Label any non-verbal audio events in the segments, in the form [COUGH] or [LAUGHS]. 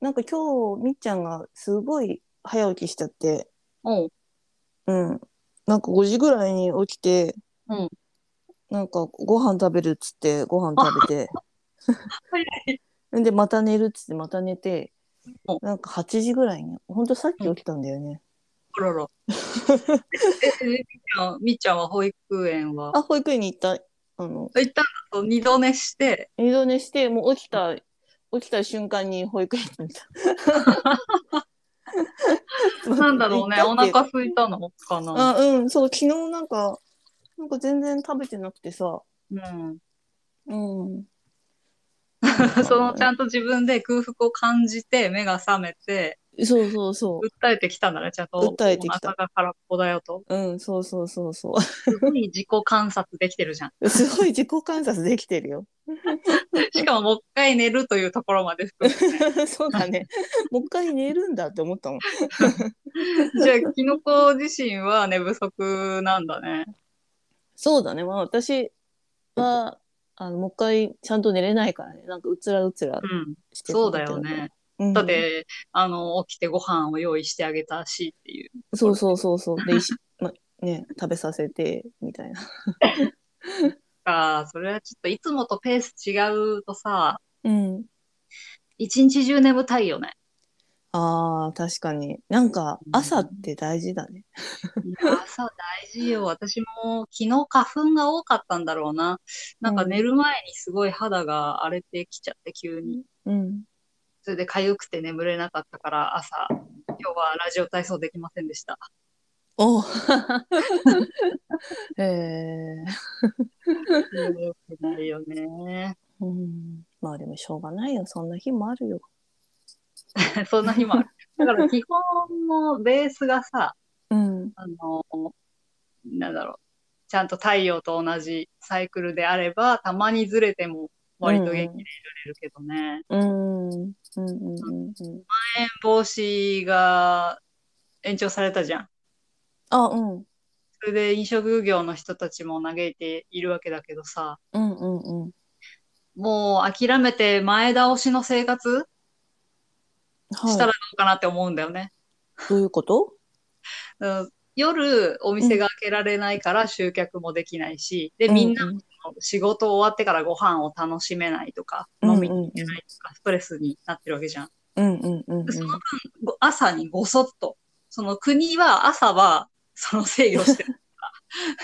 なんか今日みっちゃんがすごい早起きしちゃってうん。うんなんか5時ぐらいに起きて、うんなんかご飯食べるっつってご飯食べてでまた寝るっつってまた寝てうんなんか8時ぐらいにほんとさっき起きたんだよね、あらら。え、みっちゃん、みっちゃんは保育園はあ保育園に行ったあの行ったんだと二度寝して、二度寝してもう起きた起きた瞬間に保育園に行った [LAUGHS] なん [LAUGHS] だろうね、お腹腹空いたのかな。あうんそう昨日なんかなんか全然食べてなくてさうん。 [LAUGHS] うん。そのちゃんと自分で空腹を感じて、目が覚めて、そうそうそ訴えてきたんだね、ちゃんと。訴えてきたお腹が空っぽだよと。う。うん、そうそうそうそすごい自己観察できてるじゃん。 [LAUGHS] う。 [LAUGHS] すごい自己観察できてるよ。 [LAUGHS] しかももう一回寝るというところまで含め [LAUGHS] て。そうだね。もう一回寝るんだって思ったもん。じゃあ、キノコ自身は寝不足なんだね。そうだね。まあ私は、あの、もう一回ちゃんと寝れないからね。なんかうつらうつらうん。してそうだよね。。うんだっ、て、あの、起きてご飯を用意してあげたしっていう。そうそうそうそう。で、いしま、ね、食べさせて、みたいな。あーそれはちょっといつもとペース違うとさ、うん。一日中眠たいよね。 [LAUGHS] ああ、確かに。なんか、朝って大事だね。いや朝大事よ。私も昨日花粉が多かったんだろうな。なんかうん寝る前にすごい肌が荒れてきちゃって急に。うん。それで痒くて眠れなかったから朝、今日はラジオ体操できません [LAUGHS] でした。おえーないよね。 [LAUGHS] うん、まあでもしょうがないよそんな日もあるよ。そんな日もある。だから基本のベースがさ、うん、あの、なんだろう。ちゃんと太陽と同じサイクルであれば、たまにずれても割と元気でいられるけどね。うんうんうんうんうん。まん延防止が延長されたじゃん。あうんそれで飲食業の人たちも嘆いているわけだけどさ、うんうんうん。もう諦めて前倒しの生活はい、したらどうかなって思うんだよね。どういうこと？うん夜お店が開けられないから集客もできないし、で、みんなうんも仕事終わってからご飯を楽しめないとか、うん飲みに行けないとか、ストレスになってるわけじゃん。うんうんうんうん。その分、ご朝にごそっと、その国は朝はその制御してるか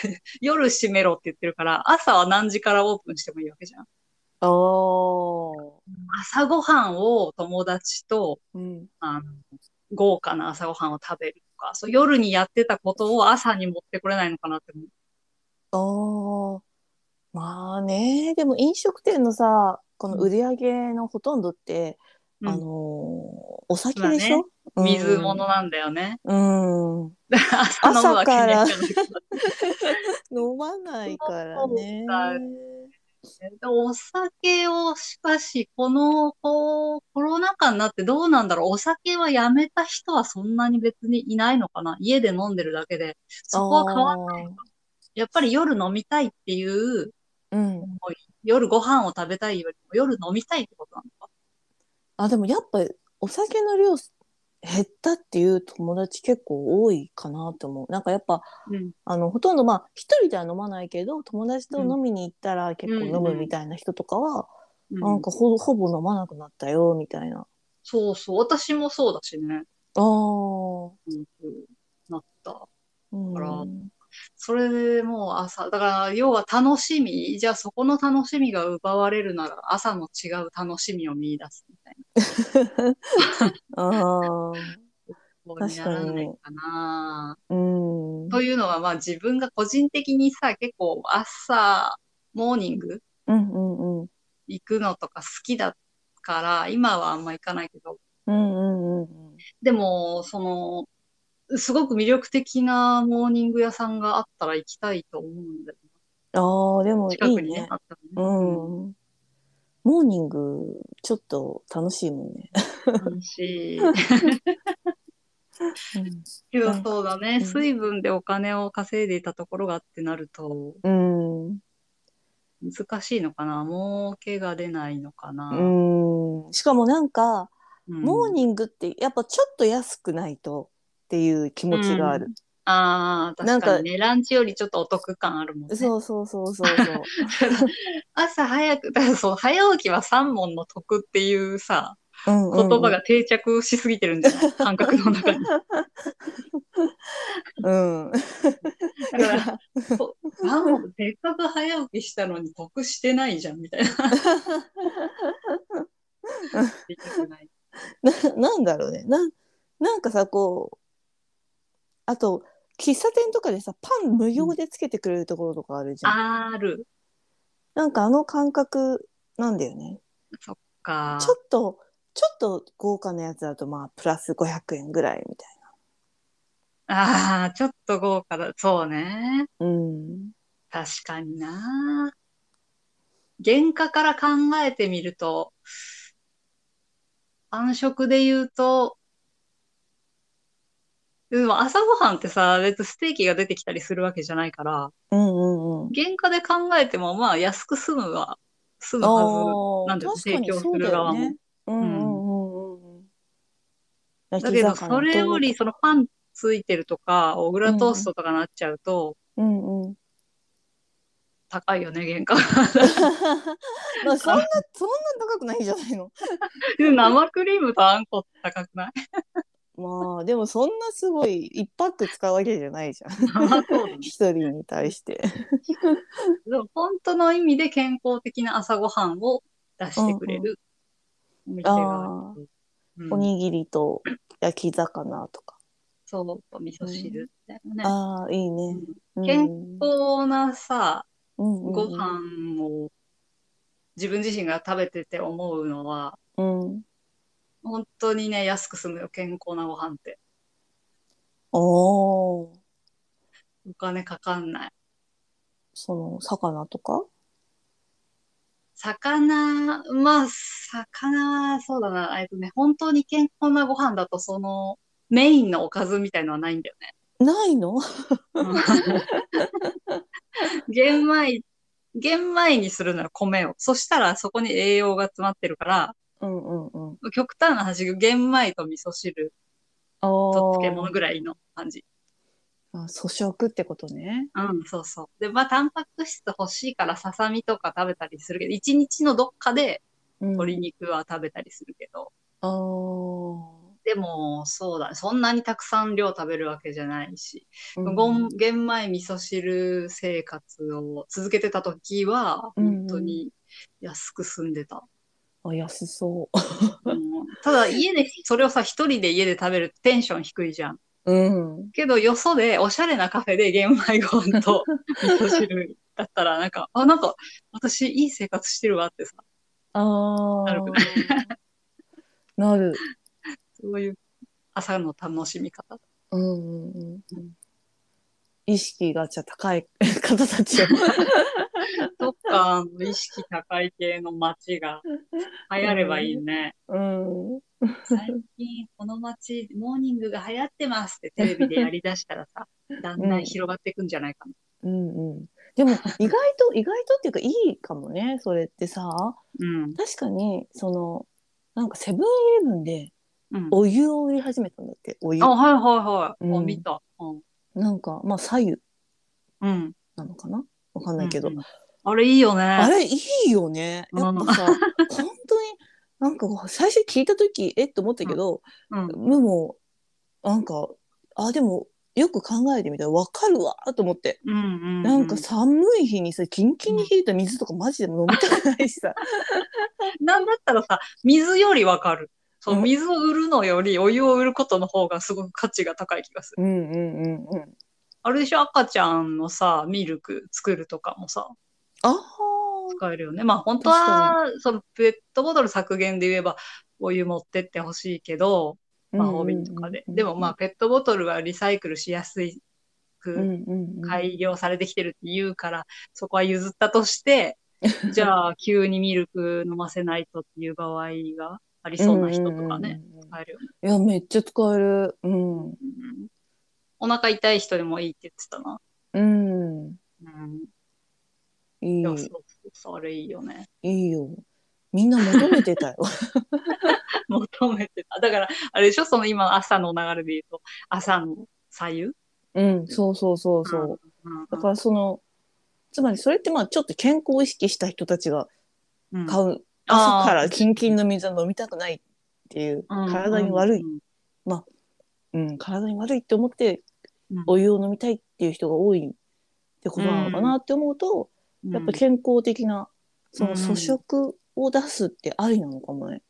ら、夜閉めろって言ってるから、朝は何時からオープンしてもいいわけじゃん。ああ、朝ごはんを友達と、うんあの、豪華な朝ごはんを食べるとか、そう夜にやってたことを朝に持ってこれないのかなって思う。あーまあねでも飲食店のさこの売り上げのほとんどって、うんあのーお酒でしょ？水物なんだよね。 [LAUGHS] うん、うん、朝飲むわけにはいかないから。飲まないからね。でお酒を、しかし、この、こう、コロナ禍になってどうなんだろう。お酒はやめた人はそんなに別にいないのかな。家で飲んでるだけで。そこは変わんない。やっぱり夜飲みたいっていう、うん。夜ご飯を食べたいよりも夜飲みたいってことなのか。あ、でもやっぱお酒の量減ったっていう友達結構多いかなと思う。なんかやっぱ、うん。あの、ほとんどまあ、一人では飲まないけど、友達と飲みに行ったら結構飲むみたいな人とかは、なんかほほぼ飲まなくなったよ、みたいな。そうそう。私もそうだしね。ああ、うん、うんなった。うん。あらそれでもう朝、だから要は楽しみ、じゃあそこの楽しみが奪われるなら朝の違う楽しみを見出すみたいな。ああ、そうにならないかな。うん。うんというのはまあ自分が個人的にさ、結構朝、モーニングうんうん。行くのとか好きだから、今はあんま行かないけど、うんうんうんでも、その、すごく魅力的なモーニング屋さんがあったら行きたいと思うんだよ。うん。ああ、でもい近いくにね、ねあ。ったうらね。うんん。モーニング、ちょっと楽しいもんね。楽 [LAUGHS] しい。うんけどそうだね、うん水分でお金を稼いでいたところがってなるとうん。う難しいのかな儲けが出ないのかな、ーん。しかもなんか、うんモーニングってやっぱちょっと安くないとっていう気持ちがある。ああ、確かにね、ランチよりちょっとお得感あるもんね。そうそうそうそう [LAUGHS] そう。朝早く、 [LAUGHS] だからそう、早起きは三問の得っていうさ、うんうんう言ん葉が定着しすぎてるんじゃない、感覚の [LAUGHS] 中に。うん。 [LAUGHS] だから、そう三問、せっかく早起きしたのに得してないじゃん、み [LAUGHS] たいな。できなくないな [LAUGHS] なんだろうねなんなんかさこうあと喫茶店とかでさパン無料でつけてくれるところとかあるじゃん、あるなんかあの感覚なんだよねか。ちょっとちょっと豪華なやつだとまあプラス500円ぐらいみたいああ、ちょっと豪華だ。そうね。なうん確かにな。原価から考えてみると、暗食で言うと、でも朝ごはんってさ、別にステーキが出てきたりするわけじゃないから、うんうんうん原価で考えてもまあ安く済むは、済むはあなんあだよ確かにそうだ提供する側よもねうんうんうんうんず。だけど、それより、そのパンついてるとか、小倉トーストとかなっちゃうと、うん [LAUGHS] う [LAUGHS] ん、高いよね、原価。 [LAUGHS] まあそんなそんな高くないんじゃないの生クリームとあんこって高くない [LAUGHS] まあでもそんなすごい一パック使うわけじゃないじゃん一人に対して [LAUGHS] でも本当の意味で健康的な朝ごはんを出してくれるお店がある。うんおにぎりと焼き魚とか、そう、お味噌汁みたいなね。ああいいね、うん、健康なさ、うんうんご飯を自分自身が食べてて思うのは、うん本当にね、安く済むよ、健康なご飯って。おーお金かかんない。その魚とか魚、まあ、魚は、そうだな、えっとね、本当に健康なご飯だと、その、メインのおかずみたいのはないんだよね。ないの [LAUGHS] 玄米、玄米にするなら米を。そしたらそこに栄養が詰まってるから、うんうんうん極端な話、玄米と味噌汁おと漬物ぐらいの感じ。あ粗食ってことねうん、そうそう。で、まあ、タンパク質欲しいからささみとか食べたりするけど、一日のどっかでうん鶏肉は食べたりするけど、あーでも、そうだね。そんなにたくさん量食べるわけじゃないし、うんごん玄米味噌汁生活を続けてた時は、うん本当に安く済んでた。あ安そううんただ家で、それをさ、一人で家で食べるとテンション低いじゃん。うんけど、よそで、おしゃれなカフェで玄米ご飯と味噌汁だったら、なんか、あ、なんか、私、いい生活してるわってさ、あなるあなるそういう朝の楽しみ方。うんうんうんうん意識がじゃあ高い [LAUGHS] 方たちをどっか、あの意識高い系の街が流行ればいいね。うん最近、この街、モーニングが流行ってますってテレビでやりだしたら [LAUGHS] さ、だんだん広がっていくんじゃないかな。うんうんでも意外と [LAUGHS] 意外とっていうかいいかもねそれってさうん。確かにそのなんかセブンイレブンでうん。お湯を売り始めたんだってお湯あ、はいはいはい。うおん見た。うん。なんかまあ左右うん。なのかなわかんないけど、うんうんあれいいよね。あれいいよねうんやっぱさ本当になんか最初聞いた時えっと思ったけど、うん、でもなんかあでもよく考えてみたらわかるわと思ってうんうん、なんか寒い日にさキンキンに冷えた水とかマジで飲みたくないし [LAUGHS] さなんだったらさ、水よりわかる。そうう、ん水を売るのよりお湯を売ることの方がすごく価値が高い気がする。うんうんうんうんあれでしょ、赤ちゃんのさ、ミルク作るとかもさ、あ使えるよね。まあ本当は、そのペットボトル削減で言えば、お湯持ってってほしいけど、あ魔法瓶とかで。でもまあ、ペットボトルはリサイクルしやすく、うんうんうん、改良されてきてるって言うから、そこは譲ったと [LAUGHS] して、じゃあ急にミルク飲ませないとっていう場合がありそうな人とかね、うんうんうんうん。使えるよね。いや、めっちゃ使える。うん。うんお腹痛い人でもいいって言ってたな。うん。うん。いいでも。そうそうそう、あれいいよね。 [LAUGHS] いいよ。みんな求めてたよ。求めてた。だから、あれでしょその今朝の流れで言うと、朝の左右うん、そうそうそうそう。だからその、つまりそれってまあちょっと健康を意識した人たちがうん買う、朝からキンキンの水は飲みたくないっていう、体に悪い、。うん、体に悪いって思ってうんお湯を飲みたいっていう人が多いってことなのかなって思うと、うんやっぱ健康的な、そのうん粗食を出すってありなのかもね。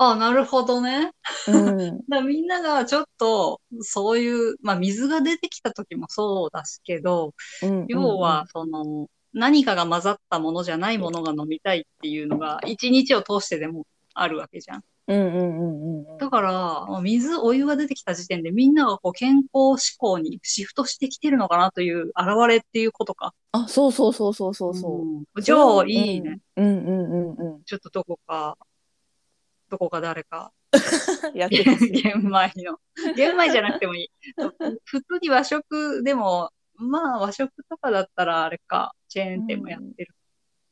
あ、なるほどね。うん。だからみんながちょっと、そういう、まあ水が出てきた時もそうだしけど、うん要は、、その、何かが混ざったものじゃないものが飲みたいっていうのが、一日を通してでもあるわけじゃん。うんうんうんうんうん。だから、まあ水、お湯が出てきた時点で、みんながこう健康志向にシフトしてきてるのかなという、現れっていうことか。あ、そうそうそうそうそうそう。うん。じゃあ、いいね。うんうんうんう [LAUGHS] ん。ちょっとどこか、どこか誰か、やってほしい。玄米の。玄米じゃなくてもいい。普通に和食でも、まあ和食とかだったらあれか、チェーン店もやってる。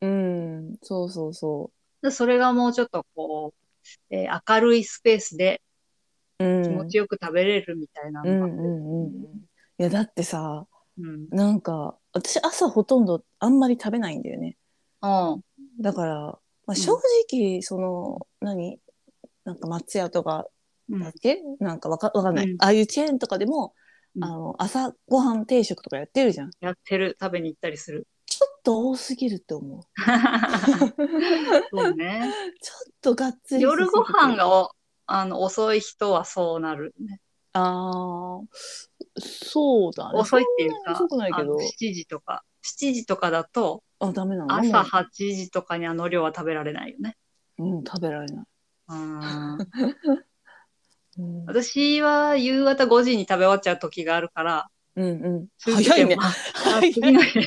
うん、そうそうそでそれがもうちょっとこう、えー明るいスペースでう。うん。気持ちよく食べれるみたいなうんうのが。んうんうん。いや、だってさ、うん。なんか、私朝ほとんどあんまり食べないんだよね。うん。だから、まあ、正直、その、何なんか松屋とかうんだっけ、なんかわかわかんない、うんああいうチェーンとかでも、うんあの朝ごはん定食とかやってるじゃんやってる。食べに行ったり [LAUGHS] する。ちょっと多すぎるって [LAUGHS] 思うそ [LAUGHS] うね。ちょっとがっつり夜ご飯ががおあの遅い人はそうなるね。あーそうだね遅いっていうか、そんなに遅くないけどあの7時とか、7時とかだと、あダメなの朝8時とかにあの量は食べられないよね。うん食べられない、うーんうん、うん私は夕方5時に食べ終わっちゃう時があるから、うんそういう時は早いねまあ早あい次の日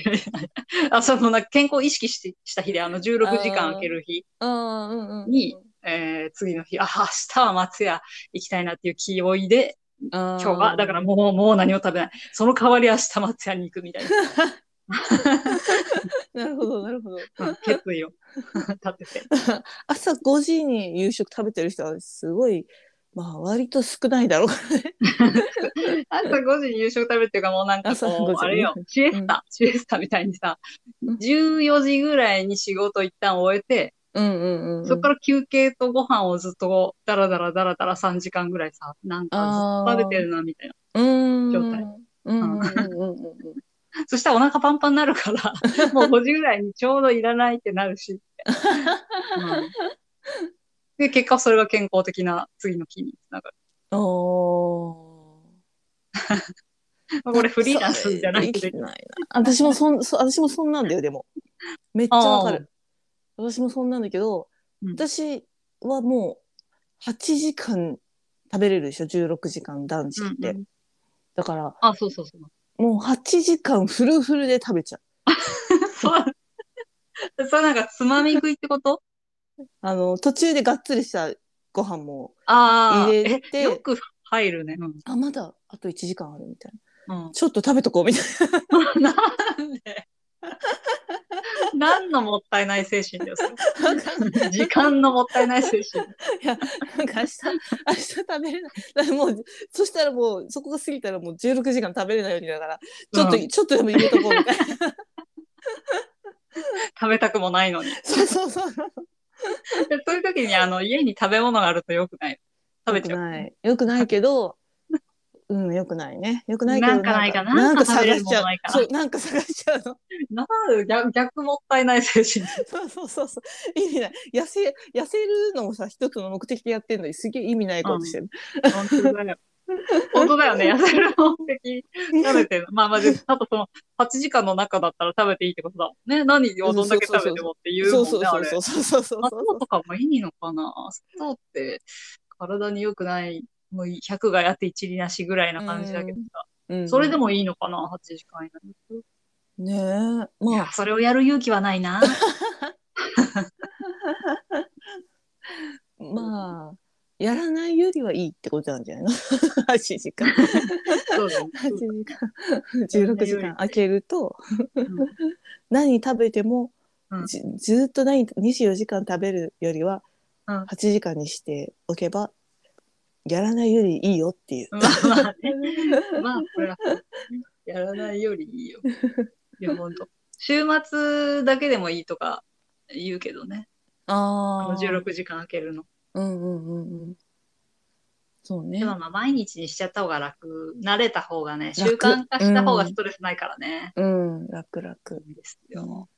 あ、そのなんか健康意識してした日で、あの16時間空ける日、うんうんうんにえー次の日、あ、明日は松屋行きたいなっていう気負いで、今今日は、だからもう、もう何も食べない。その代わり明日松屋に行くみたいな [LAUGHS] なるほどなるほどうん決 [LAUGHS] 意を立てて。朝5時に夕食食べてる人はすごいまあ割と少ないだろうからね朝5時に夕食食べるっていうかもうなんか朝5こ時う、あれよ、シエスタ、シエスタみたいにさ、うん14時ぐらいに仕事一旦終えて、 [LAUGHS] うんうんうん、うん、そこから休憩とご飯をずっとダラダラダラダラ3時間ぐらいさ、なんかずっと食べてるなみたいな。状う態んうんうん [LAUGHS] うんうんそしたらお腹パンパンになる [LAUGHS] から、もう5時ぐらいにちょうどいらないってなるし。うんで、結果それが健康的な次の日につながる。おーこれフリーランスじゃないそけれでどき、ないな私もそん [LAUGHS] そ私もそんなんだよでもめっちゃわかる私もそんなんだけど、うん私はもう8時間食べれるでしょ16時間男子って、うんうんだからあ、そうそうそう。もう8時間フルフルで食べちゃうそう。そう [LAUGHS] なんかつまみ食いってことあの途中でがっつりしたご飯もああ、入れてえよく入るね。うん。あまだあと1時間あるみたいなうん、ちょっと食べとこうみたいなん [LAUGHS] で [LAUGHS] 何のもったいない精神です [LAUGHS] か時間のもったいない精神。ないやなんか明日明日食べれないだからもうそしたらもうそこが過ぎたらもう16時間食べれないようにだからちょっと、うんちょっとでも入れとこうみたいな食べたくもないのに。 [LAUGHS] そうそうそうでそういう時にあの家に食べ物があるとよくない。食べちゃよくう。ない。よくないけど、うん、よくないね。よくないけど。なんかないかななんか探しちゃうなんか食べれるものないか。なそう、なんか探しちゃうの。なんで逆逆もったいない精神。そうそうそうそう。意味ない。痩せ、痩せるのもさ、一つの目的でやってんのに、すげえ意味ないことしてる。本当だよ。本当だよね。痩せる目的 [LAUGHS] 食べてる。まあまあ、であとその8時間の中だったら食べていいってことだもんね。何をどんだけ食べてもっていうそもんうねそうあそうれそうそうそうそう砂糖とかもいいのかな砂糖って体に良くない。もう100がやって一理なしぐらいな感じだけどさ。うんそれでもいいのかな ?8 時間以内。ねえいまやあ、それをやる勇気はないな。まあやらないよりはいいってことなんじゃないの [LAUGHS] 8時間 [LAUGHS] そうだね8時間16時間空けると何食べてもうんじずーっと何24時間食べるよりはうん8時間にしておけばやらないよりいいよっていう。まあまあね。まあ、これは、やらないよりいいよ。いや、ほんと。週末だけでもいいとか言うけどね。[LAUGHS] ああの16時間空けるの。うんうんうんうん。そうねで。もまあ、毎日にしちゃった方が楽。慣れた方がね、楽習慣化した方うがんストレスないからね。うん、楽楽。いいですよ。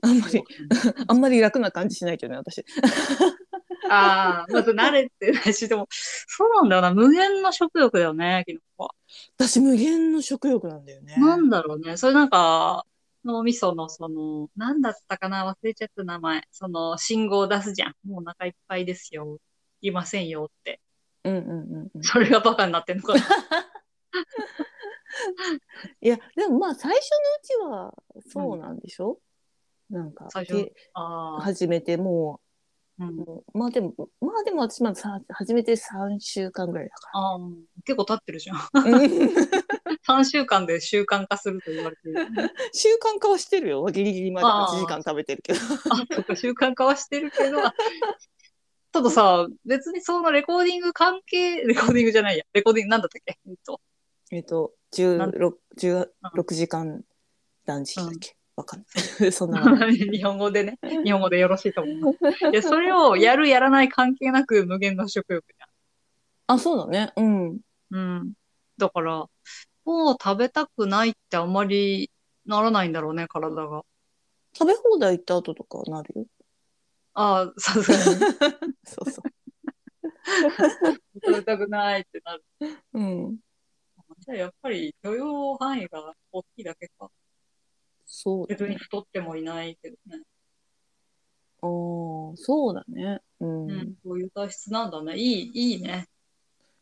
あんまり、あんまり楽な感じしないけどね、私。ああ、まず慣れてないし、でも、そうなんだよな。無限の食欲だよね、キノコは。私無限の食欲なんだよね。なんだろうね。それなんか、脳みその、その、なんだったかな忘れちゃった名前。その、信号を出すじゃん。もうお腹いっぱいですよ。いませんよって。うんうんうんうん。それがバカになってんのか [LAUGHS] な。いや、でもまあ最初のうちはそうなんでしょ、なんか、最初でああ、始めてもうんう、。もうまあでも、まあでも私まださ始めて3週間ぐらいだかああ、結構経ってるじゃん。 [LAUGHS] ら。 [LAUGHS] うん3週間で習慣化すると言われてる。習慣化はしてるよ。ギリギリまで8時間食べてるけど。あ、そっか、習慣化はしてるけど、あちょっとさ、別にそのレコーディング関係、レコーディングじゃないや。レコーディングなんだったっけえっと、えっと、16, 16時間断食だっけわかんない。 [LAUGHS] そんなの。日本語でね、日本語でよろしいと思います。いや、それをやるやらない関係なく無限の食欲じあ、そうだね。うん。ゃん。うん。だから、もう食べたくないってあんまりならないんだろうね、体が。食べ放題行った後とかなるよ。ああ、さすがに。 [LAUGHS] そうそ食べたくないってなる。う。うん。じゃあ、やっぱり許容範囲が大きいだけか。そうだ別にね。太ってもいないけどね。あーそうだね。うん。ういん。そういう体質なんだね。いい、いいね。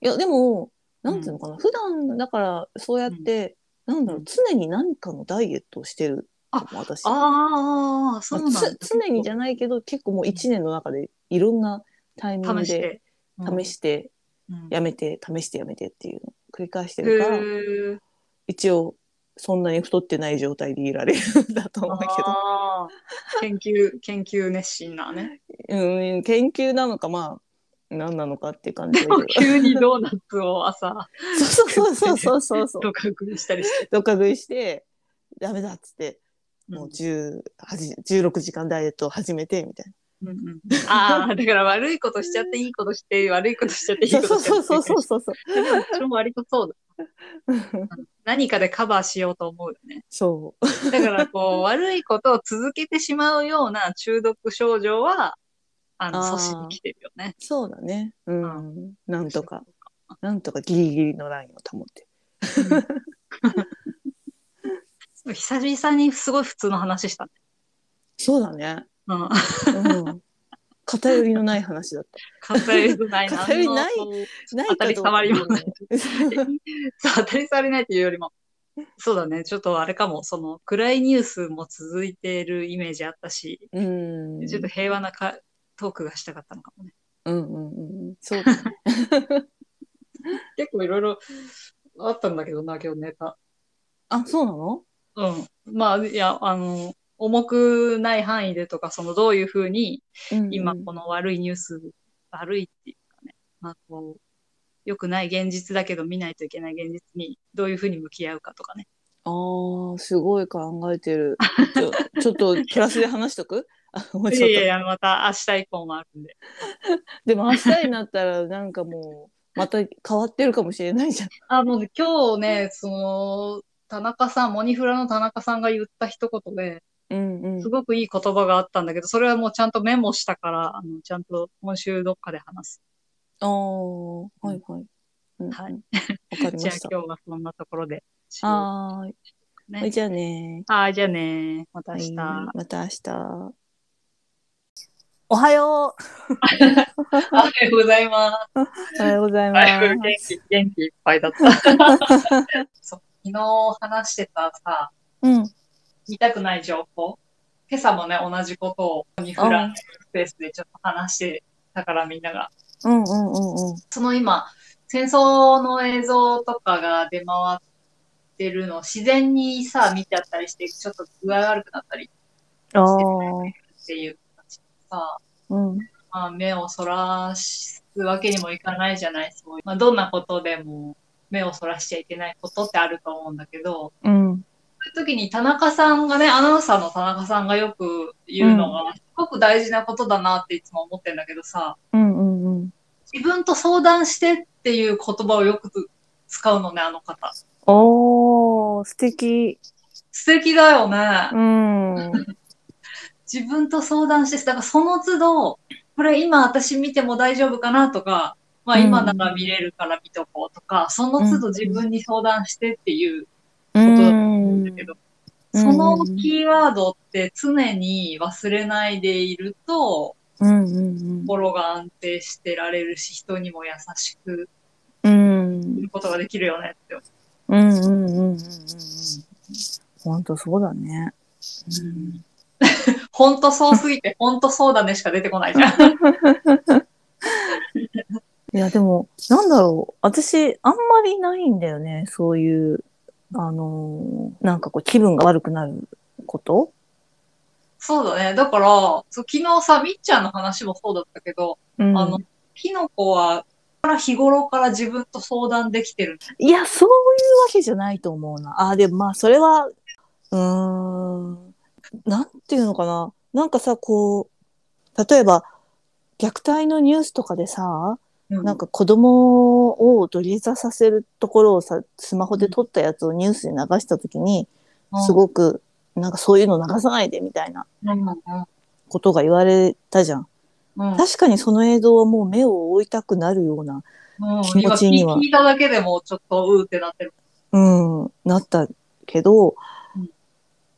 や、でも、なんていうのかな。普段、だから、そうやって、なんだろうう、ん常に何かのダイエットをしてるかも。私。ああ、そうなんだ。つ常にじゃないけど、結構もう1年の中でいろんなタイミング試しでて。試して、うん。やめて、試してやめてっていうのを繰り返してるから、へえ。一応、そんなに太ってない状態でいられるんだと思うけ [LAUGHS] ど。あー研究、 [LAUGHS] 研究熱心な [LAUGHS] ね。うん、研究なのか、まあ、何なのかっていう感じだけど。急にドーナツを朝、 [LAUGHS] そうそうそうそうそうそう。とか食いしたりして。どっか食いして、ダメだっつって、 [LAUGHS] もううん10 16時間ダイエットを始めて、みたいな。うんうん、ああ、だから悪いことしちゃっていいことして、悪いことしちゃっていいそこうと [LAUGHS] そうしちゃって。そうそうそうそう。 [LAUGHS] でもそれも割とそうだ。 [LAUGHS] 何かでカバーしようと思うよね。そう。だからこう、悪いことを続けてしまうような中毒症状は、あの、あー阻止に来てるよね。そうだね。うん。なんとかそ、なんとかギリギリのラインを保って。うか。うん久々にすごい普通の話したね。そうだね。うんうん。 [LAUGHS] 偏りのない話だっ偏りないな。偏りないあんまこうた。ない当たり障りもない。い。そう当たり障りないというよりも、そうだね、ちょっとあれかも、その暗いニュースも続いているイメージあったし、うん。ちょっと平和なかトークがしたかったのかもね。うんうんうん。そうだね。結構いろいろあったんだけどな、今日ネタ。あ、そうなのうん。まあ、いや、あの、重くない範囲でとか、そのどういうふうに今うんうんこの悪いニュース、悪いっていうかね、まあこう、良くない現実だけど見ないといけない現実にどういうふうに向き合うかとかね。ああ、すごい考えてる。ちょちょっとプラスで話しとくあもういちょやっいとやいや、また明日以降もあるんで。でも明日になったらなんかもうまた変わってるかもしれないじゃん。あ、もうね今日ね、その、田中さん、モニフラの田中さんが言った一言で、うんうんす。ごくいい言葉があったんだけど、それはもうちゃんとメモしたから、あの、ちゃんと今週どっかで話す。ああ、はいはい。うんうんはいわかりまじゃあした。今日はそんなところで。はーい。ねはいじゃあね。はい、じゃあね。また明日。はいまた明日。おはよう。おはようございます。おはようございおまはす。よう [LAUGHS] 元気、元気いっぱいだった。 [LAUGHS] そう昨日話してたさ、うん。見たくない情報。今朝もね、同じことをモニフラのスペースでちょっと話してたからみんなが。うんうんうんうん。その今、戦争の映像とかが出回ってるのを自然にさ、見ちゃったりして、ちょっと具合悪くなったりああ、っていう形でさ、うん。まあ、目をそらすわけにもいかないじゃない、そういう。まあ、どんなことでも目をそらしちゃいけないことってあると思うんだけど、うん。そういう時に田中さんがね、アナウンサーの田中さんがよく言うのが、すごく大事なことだなっていつも思ってんだけどさ、うんうんうん。自分と相談してっていう言葉をよく使うのね、あの方。おー、素敵。素敵だよね。 [LAUGHS] うん。うん自分と相談して、だからその都度、これ今私見ても大丈夫かなとか、まあうん今なら見れるから見とこうとか、その都度自分に相談してっていううんだけど、そのキーワードって常に忘れないでいると、うん心が安定してられるし、人にも優しくうん。うんいることができるよねって思うんうんうんうんうん。本当そうだね。 [LAUGHS] うんう。ほんとそうすぎて、ほんとそうだねしか出てこな [LAUGHS] いじゃん。いやでもなんだろう私あんまりないんだよねそういうあのーなんかこう気分が悪くなること。そうだね。だから、そう昨日さ、みっちゃんの話もそうだったけど、うんあの、キノコは、日頃から自分と相談できてる。いやそういうわけじゃないと思うな。あでもまあそれはうーんなんていうのかななんかさこう例えば虐待のニュースとかでさうんなんか子供を土下座させるところをさスマホで撮ったやつをニュースで流した時にすごくなんかそういうの流さないでみたいなうんうんことが言われたじゃんうん確かにその映像はもう目を覆いたくなるようなうん気持ちには今聞いただけでもちょっとうーってなってる。うんなったけどうん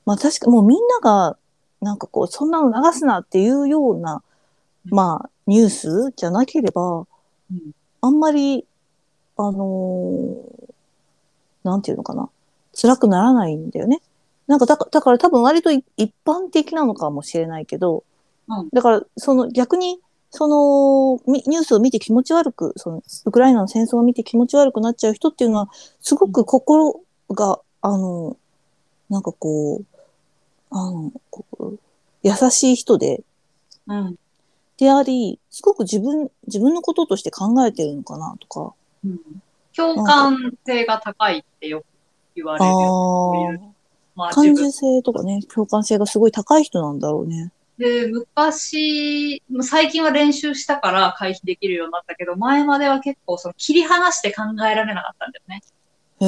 まあ確かもうみんながなんかこうそんなの流すなっていうようなうんまあニュースじゃなければうんあんまりあのーなんていうのかな辛くならないんだよね。なんかだかだから多分割とい一般的なのかもしれないけど、うんだからその逆にそのみニュースを見て気持ち悪くそのウクライナの戦争を見て気持ち悪くなっちゃう人っていうのはすごく心が、あのなんかこうあのこう優しい人でうん。でありすごく自分自分のこととして考えてるのかなとか。うん共感性が高いってよく言われるよ。ああまあ感自分受性とかね共感性がすごい高い人なんだろうね。で、昔、もう最近は練習したから回避できるようになったけど、前までは結構その切り離して考えられなかったんだよね。へ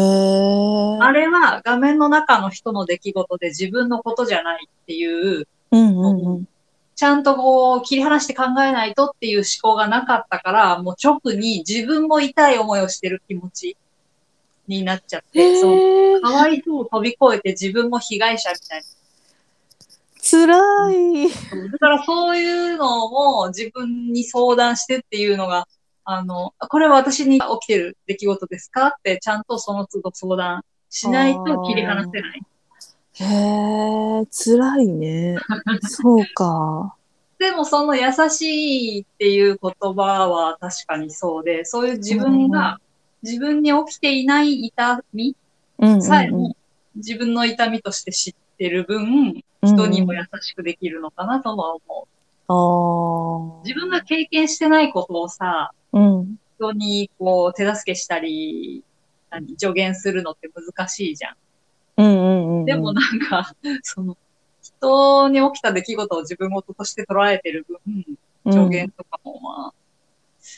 え。あれは画面の中の人の出来事で自分のことじゃないっていう、うんうんうん。ちゃんとこう切り離して考えないとっていう思考がなかったから、もう直に自分も痛い思いをしてる気持ちになっちゃって、そのへえ。かわいそうを飛び越えて自分も被害者みたいな。つらい。だからそういうのも自分に相談してっていうのが、あの、これは私に起きてる出来事ですかってちゃんとその都度相談しないと切り離せない。へえ、つらいね。そうか。でもその優しいっていう言葉は確かにそうで、そういう自分が自分に起きていない痛みうんうんうんさえも自分の痛みとして知ってる分、人にも優しくできるのかなとは思あう。自分が経験してないことをあ。さ、うん。人にこう手助けしたり、何助言するのって難しいじゃん。うんうんうんうん。でもなんか、その、人に起きた出来事を自分事として捉えてる分、助言とかもまあ、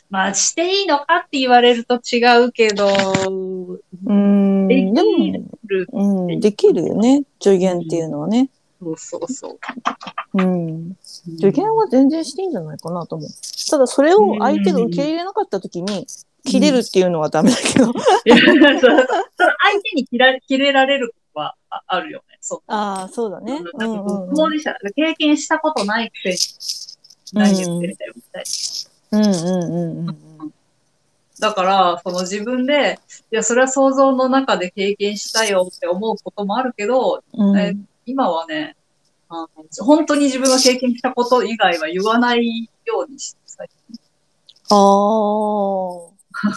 まあしていいのかって言われると違うけど、うん。でうん。できも、る。うん、できるよね。助言っていうのはね。そうそうそう。うん。受験は全然していいんじゃないかなと思う。ただそれを相手が受け入れなかった時に、切れるっていうのはダメだけど。いやそうそう相手に切ら切れられることはああるよね。そう。 [LAUGHS] ああ、そうだね。うなんんかうんこう当事者、経験したことないくせに、何言ってるんだよ、みたいな。うんうんうんうんだから、その自分で、いや、それは想像の中で経験したよって思うこともあるけど、うん。え今はね、あの本当に自分が経験したこと以外は言わないようにして、最ああ。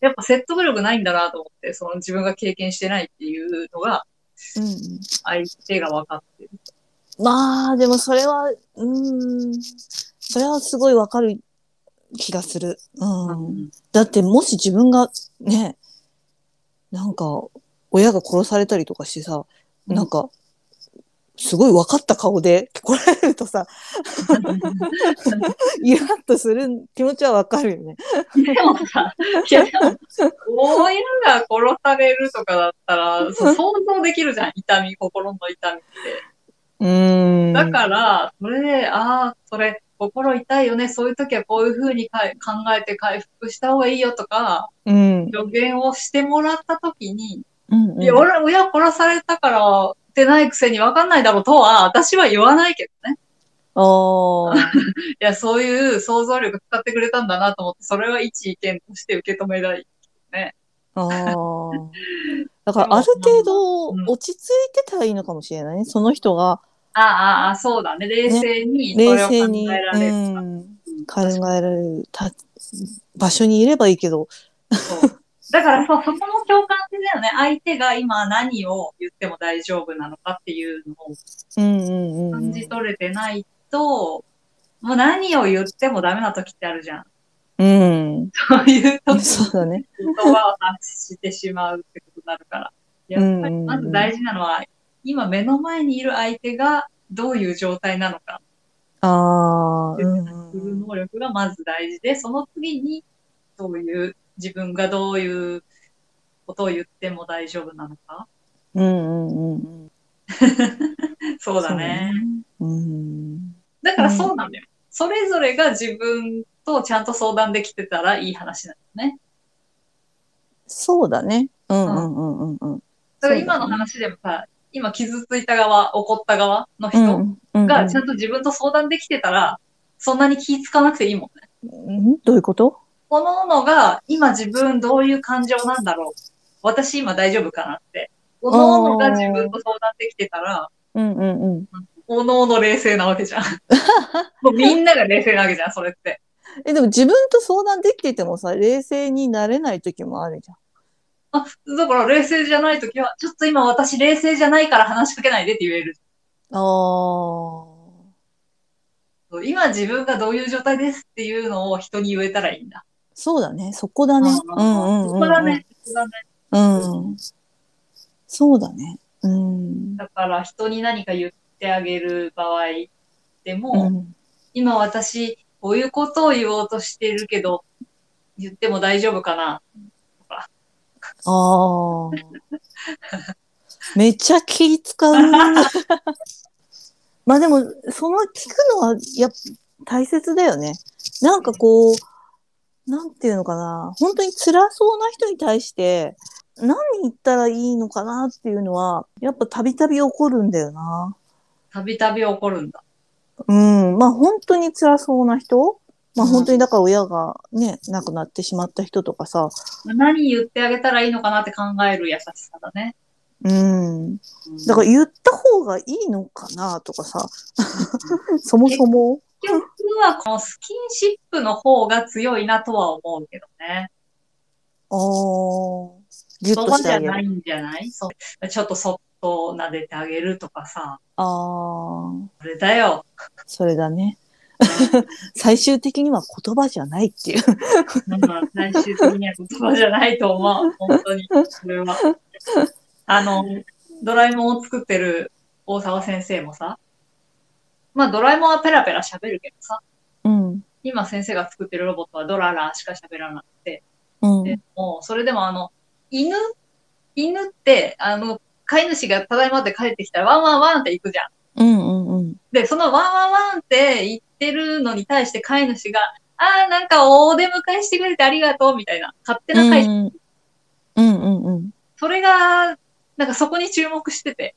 やっぱ説得力ないんだなと思って、その自分が経験してないっていうのが、うん。相手が分かってる。まあ、でもそれは、うーん、それはすごいわかる気がする。うん。だってもし自分がね、なんか、親が殺されたりとかしてさ、うんなんか、すごい分かった顔で来られるとさ、イラッとする気持ちはわかるよね。でもさ、いやでも、親が殺されるとかだったら、そう想像できるじゃん、痛み、心の痛みって。うーん。だから、それで、ああ、それ、心痛いよね、そういう時はこういうふうにかい考えて回復した方がいいよとか、うん、うん。予言をしてもらった時に、うん。いや、俺、親殺されたから、出ないくせに分かんないだろうとは、私は言わないけどね。ああ。 [LAUGHS] いや、そういう想像力使ってくれたんだなと思って、それは一意見として受け止めない。ああ。だから、ある程度うん落ち着いてたらいいのかもしれないね。その人がああ、ああ、そうだね。冷静に、それ冷を考え静に、られうる。ん、考えられるた場所にいればいいけど。そうだからそう、そこも共感性だよね。相手が今何を言っても大丈夫なのかっていうのをうんうんうんうん。感じ取れてないと、もう何を言ってもダメな時ってあるじ [LAUGHS] ゃん。うん。そういう時そうだね。言葉を発してしまうってことになるから。やっぱりまず大事なのは、今目の前にいる相手がどういう状態なのかああ。ってういんううん能力がまず大事で、その次に、どういう、自分がどういうことを言っても大丈夫なのか。うんうんうん。そうだね。うん。だからそうなんだよ。それぞれが自分とちゃんと相談できてたらいい話なんだよね。そうだね。うんうんうんうんうん。だから今の話でもさ、今傷ついた側、怒った側のう人んうんがちゃんと自分と相談できてたら、そんなに気つかなくていいもんね。うんどういうことこののが今自分どういう感情なんだろう。私今大丈夫かなって。おのおのが自分と相談できてたら、うんうんうん。おのおの冷静なわけ [LAUGHS] じゃん。もうみんなが冷静なわけじゃん、それって。え、でも自分と相談できててもさ、冷静になれない時もあるじゃん。あ、だから冷静じゃないときは、ちょっと今私冷静じゃないから話しかけないでって言える。ああ。今自分がどういう状態ですっていうのを人に言えたらいいんだ。そうだね。そこだね。あうーんうんうん、うん。そこだね。そこだね。うん。そうだね。うん。だから人に何か言ってあげる場合でうも、ん。今私こういうことを言おうとしてるけど、言っても大丈夫かな。ああ。めっちゃ気使う。まあでも、その聞くのは、やっぱ大切だよね。なんかこう、なんていうのかな。本当に辛そうな人に対して、何言ったらいいのかなっていうのは、やっぱたびたび起こるんだよな。たびたび起こるんだ。うん、まあ本当に辛そうな人、まあ本当にだから親がね、亡くなってしまった人とかさ、何言ってあげたらいいのかなって考える優しさだね。うん、うんだから言った方がいいのかなとかさ、 [LAUGHS] そもそも。結局はこのスキンシップの方が強いなとは思うけどね。ああ、ギュそッとばしじてあゃげなる。いんじゃないそうちょっとそっと撫でてあげるとかさ。ああ、それだよ。それだね。 [LAUGHS] 最終的には言葉じゃないっていう。なんか最終的には言葉じゃないと思う。本当に。それは。あの、ドラえもんを作ってる大沢先生もさ。まあドラえもんはペラペラ喋るけどさ。うん、今先生が作ってるロボットはドララしか喋らなくて。うん、でも、それでもあの、犬犬って、あの、飼い主がただいまって帰ってきたら、ワンワンワンって行くじゃん。うん、うん、うん。で、そのワンワンワンって言ってるのに対して飼い主が、ああ、なんかお出迎えしてくれてありがとうみたいな、勝手うな返し、ん、うん、うん、うん。それが、なんかそこに注目してて、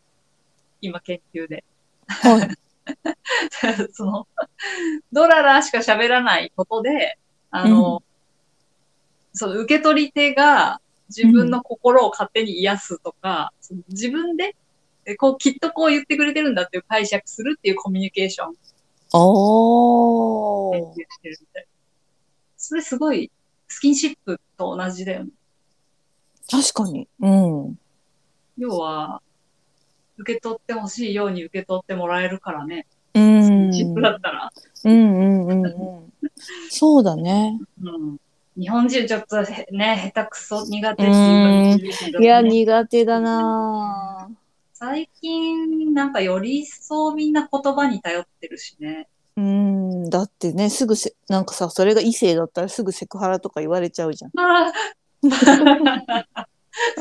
今研究で。 [LAUGHS] はい。その、ドララしか喋らないことで、あの、その受け取り手が自分の心を勝手に癒すとか、その自分で、えこう、きっとこう言ってくれてるんだっていう解釈するっていうコミュニケーションをああ、研究してるみたい。それすごい、スキンシップと同じだよね。確かに。うん。要は、受け取ってほしいように受け取ってもらえるからね。うん。スうキんンシップだったら。うんうんうん。そうだね。うん。日本人ちょっとへね、下手くそ苦手っていうか厳しいだろいうねや、苦手だなぁ最近、なんかより一層みんな言葉に頼ってるし [LAUGHS] ね。うん。だってね、すぐせ、なんかさ、それが異性だったらすぐセクハラとか言われちゃうじゃん。ああ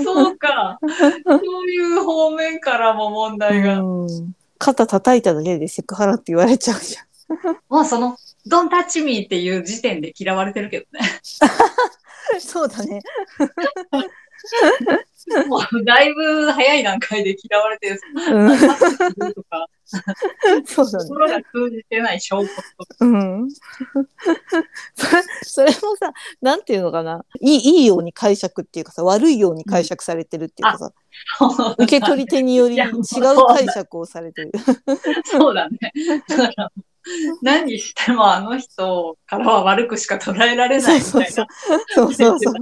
そうか。そういう方面からも問題が。うん肩叩いただけでセクハラって言われちゃうじゃん。もうその、ドンタッチミーっていう時点で嫌われてる [LAUGHS] けどね。そうだね。もうだいぶ早い段階で嫌われてる。うん、 [LAUGHS] とか、そうだね。心が通じてない証拠とか。うん。 [LAUGHS] それそれもさ、なんていうのかな。いい、いいように解釈っていうかさ、悪いように解釈されてるっていうかさ、受け取り手によりい違やうもう解釈をされてる。 [LAUGHS] そうだね。だから何してもあの人からは悪くしか捉えられないみたいそうな。そうそうそう。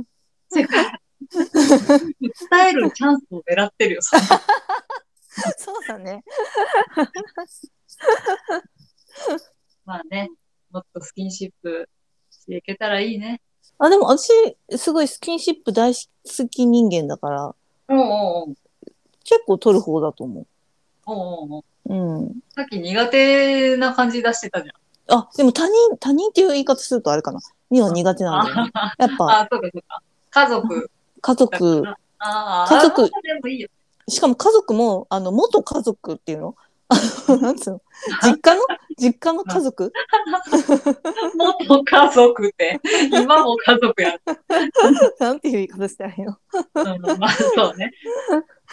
世界伝えるチャンスを狙ってるよ、 [LAUGHS] それ [LAUGHS] そうだね。まあね、もっとスキンシップしていけたらいいね。あ、でも私、すごいスキンシップ大好き人間だから、おうんうん結構取る方だと思うんうんうう。ん。うん。さっき苦手な感じ出してたじゃん。あ、でも他人、他人っていう言い方するとあれかな。には苦手なんだよね。やっぱ、あ、そうかそうか。家族家だか族、ら。ああ、家族あでもいいよ。しかも家族も、あの、元家族っていうの [LAUGHS] なんつうの実家の実家の家族元家族って、今も家族や。なんていう言い方したらいいのうん、まあそうね。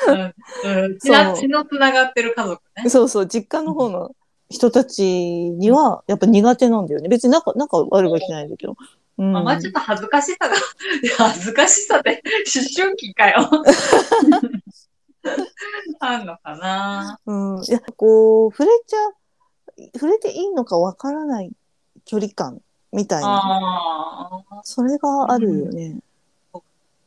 うんうん、血なそう血のつながってる家族ね。そうそう、実家の方の人たちには、やっぱ苦手なんだよね。別に仲、仲悪いわけじゃないんだけど。うん。まあ、まあちょっと恥ずかしさが、恥ずかしさで思春期かよ。あんのかな。うん。いや、こう、触れちゃ、触れていいのかわからない距離感みたいな。ああ。それがあるよね。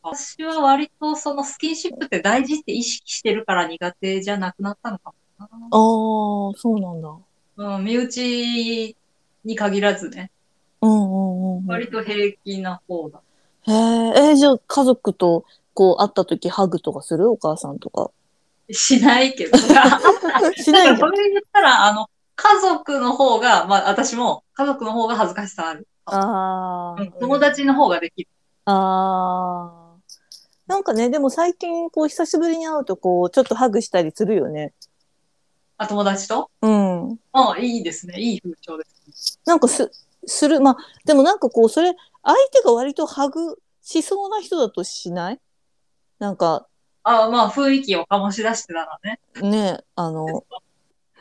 私は割とそのスキンシップって大事って意識してるから苦手じゃなくなったのかもああ、そうなんだ。な。うん、身内に限らずね、うんうんうんうん。割と平気な方だ。へえ、えーじゃあ家族とこう会った時ハグとかするお母さんとか。しないけど。しだなかいらじゃそん。れ言ったら、あの、家族の方が、まあ私も家族の方が恥ずかしさある。あうんー友達の方ができる。あー。なんかね、でも最近こう久しぶりに会うとこうちょっとハグしたりするよね。あ、友達とうん。あいいですね。いい風潮です。なんかす、する。まあ、でもなんかこうそれ、相手が割とハグしそうな人だとしないなんかあまあ雰囲気を醸し出してたらね。ね、あの、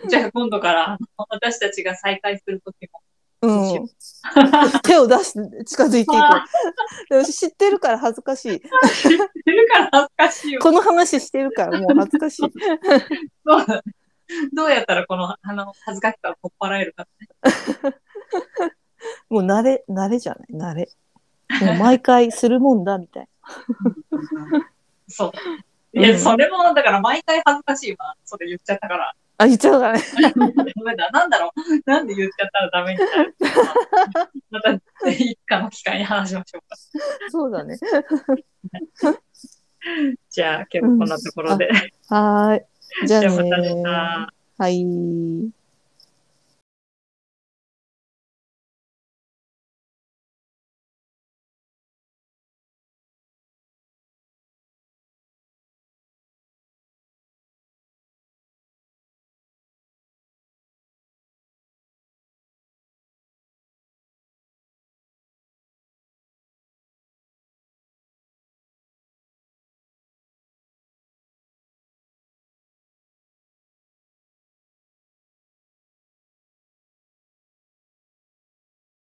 じゃあ今度から、あの私たちが再会するときも。うん。 [LAUGHS] 手を出して近づいていく。でも知ってるから恥ずかしい。してるから恥ずかしいよ。この話してるからも [LAUGHS] う恥ずかしい。そうだねどうやったらこの、あの、恥ずかしさを取っ払えるか。もう慣れ、慣れじゃない慣れ。もう毎回するもんだ、みたい [LAUGHS] そう。うんいや、それも、だから毎回恥ずかしいわ。それ言っちゃったから。な。あ、言っちゃう [LAUGHS] からね。ダメだ。 [LAUGHS] なんだろう。なんで言っちゃったらダメになるのかまた、いつかの機会に話しましょうか。そうだね。じゃあ、今日もこんなところで。はーい。じゃあじゃねあ、またー。ね。はい。